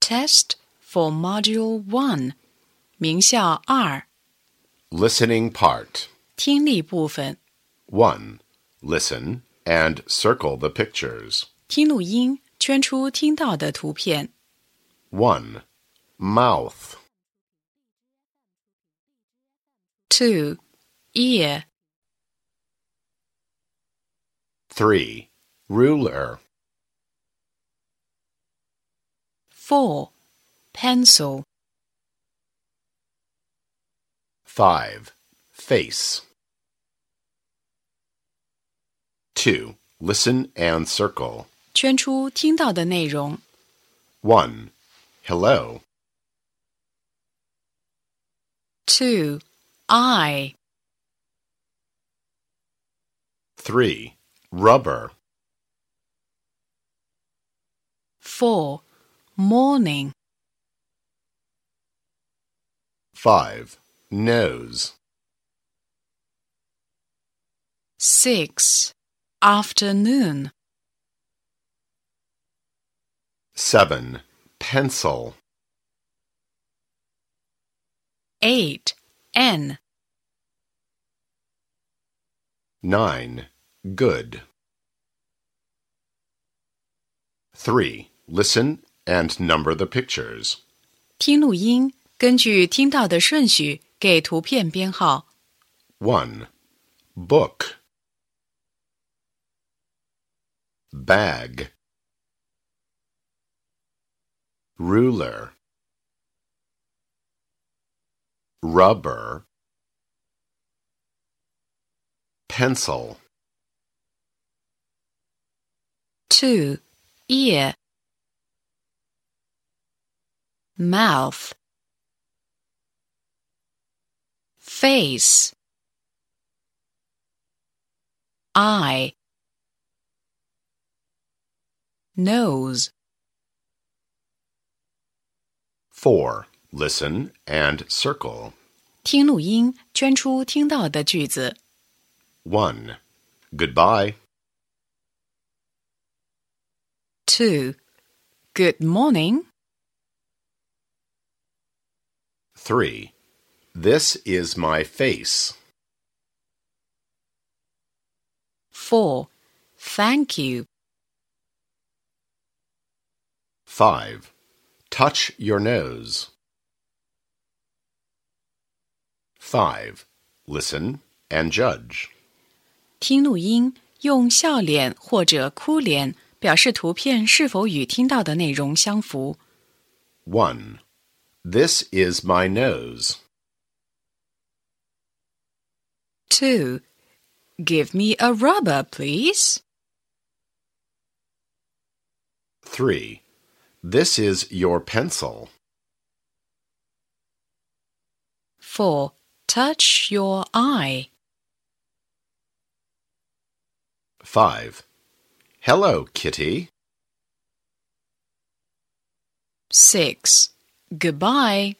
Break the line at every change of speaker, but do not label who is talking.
test for Module 1, 名校2
Listening part.
听力部分，
1. Listen and circle the pictures.
听录音，圈出听到的图片。
1. Mouth.
2. Ear.
3. Ruler.
4. Pencil.
5. Face. 2. Listen and circle.
圈出听到的内容。
1. Hello.
2. Eye.
3. Rubber.
4. Morning.
5. Nose.
6. Afternoon.
7. Pencil.
8. N.
9. Good. 3. Listen and number the pictures.
听录音，根据听到的顺序给图片编号。
1. Book. Bag. Ruler. Rubber. Pencil.
2. Ear. Mouth. Face. Eye. Nose.
4. Listen and circle.
听录音，圈出听到的句子。
1. Goodbye.
2. Good morning.
3. This is my face.
4. Thank you.
5. Touch your nose. 5. Listen and judge.
听录音，用笑脸或者哭脸表示图片是否与听到的内容相符。
1. This is my nose.
2. Give me a rubber, please.
3. This is your pencil.
4. Touch your eye.
5. Hello, kitty.
6. Goodbye.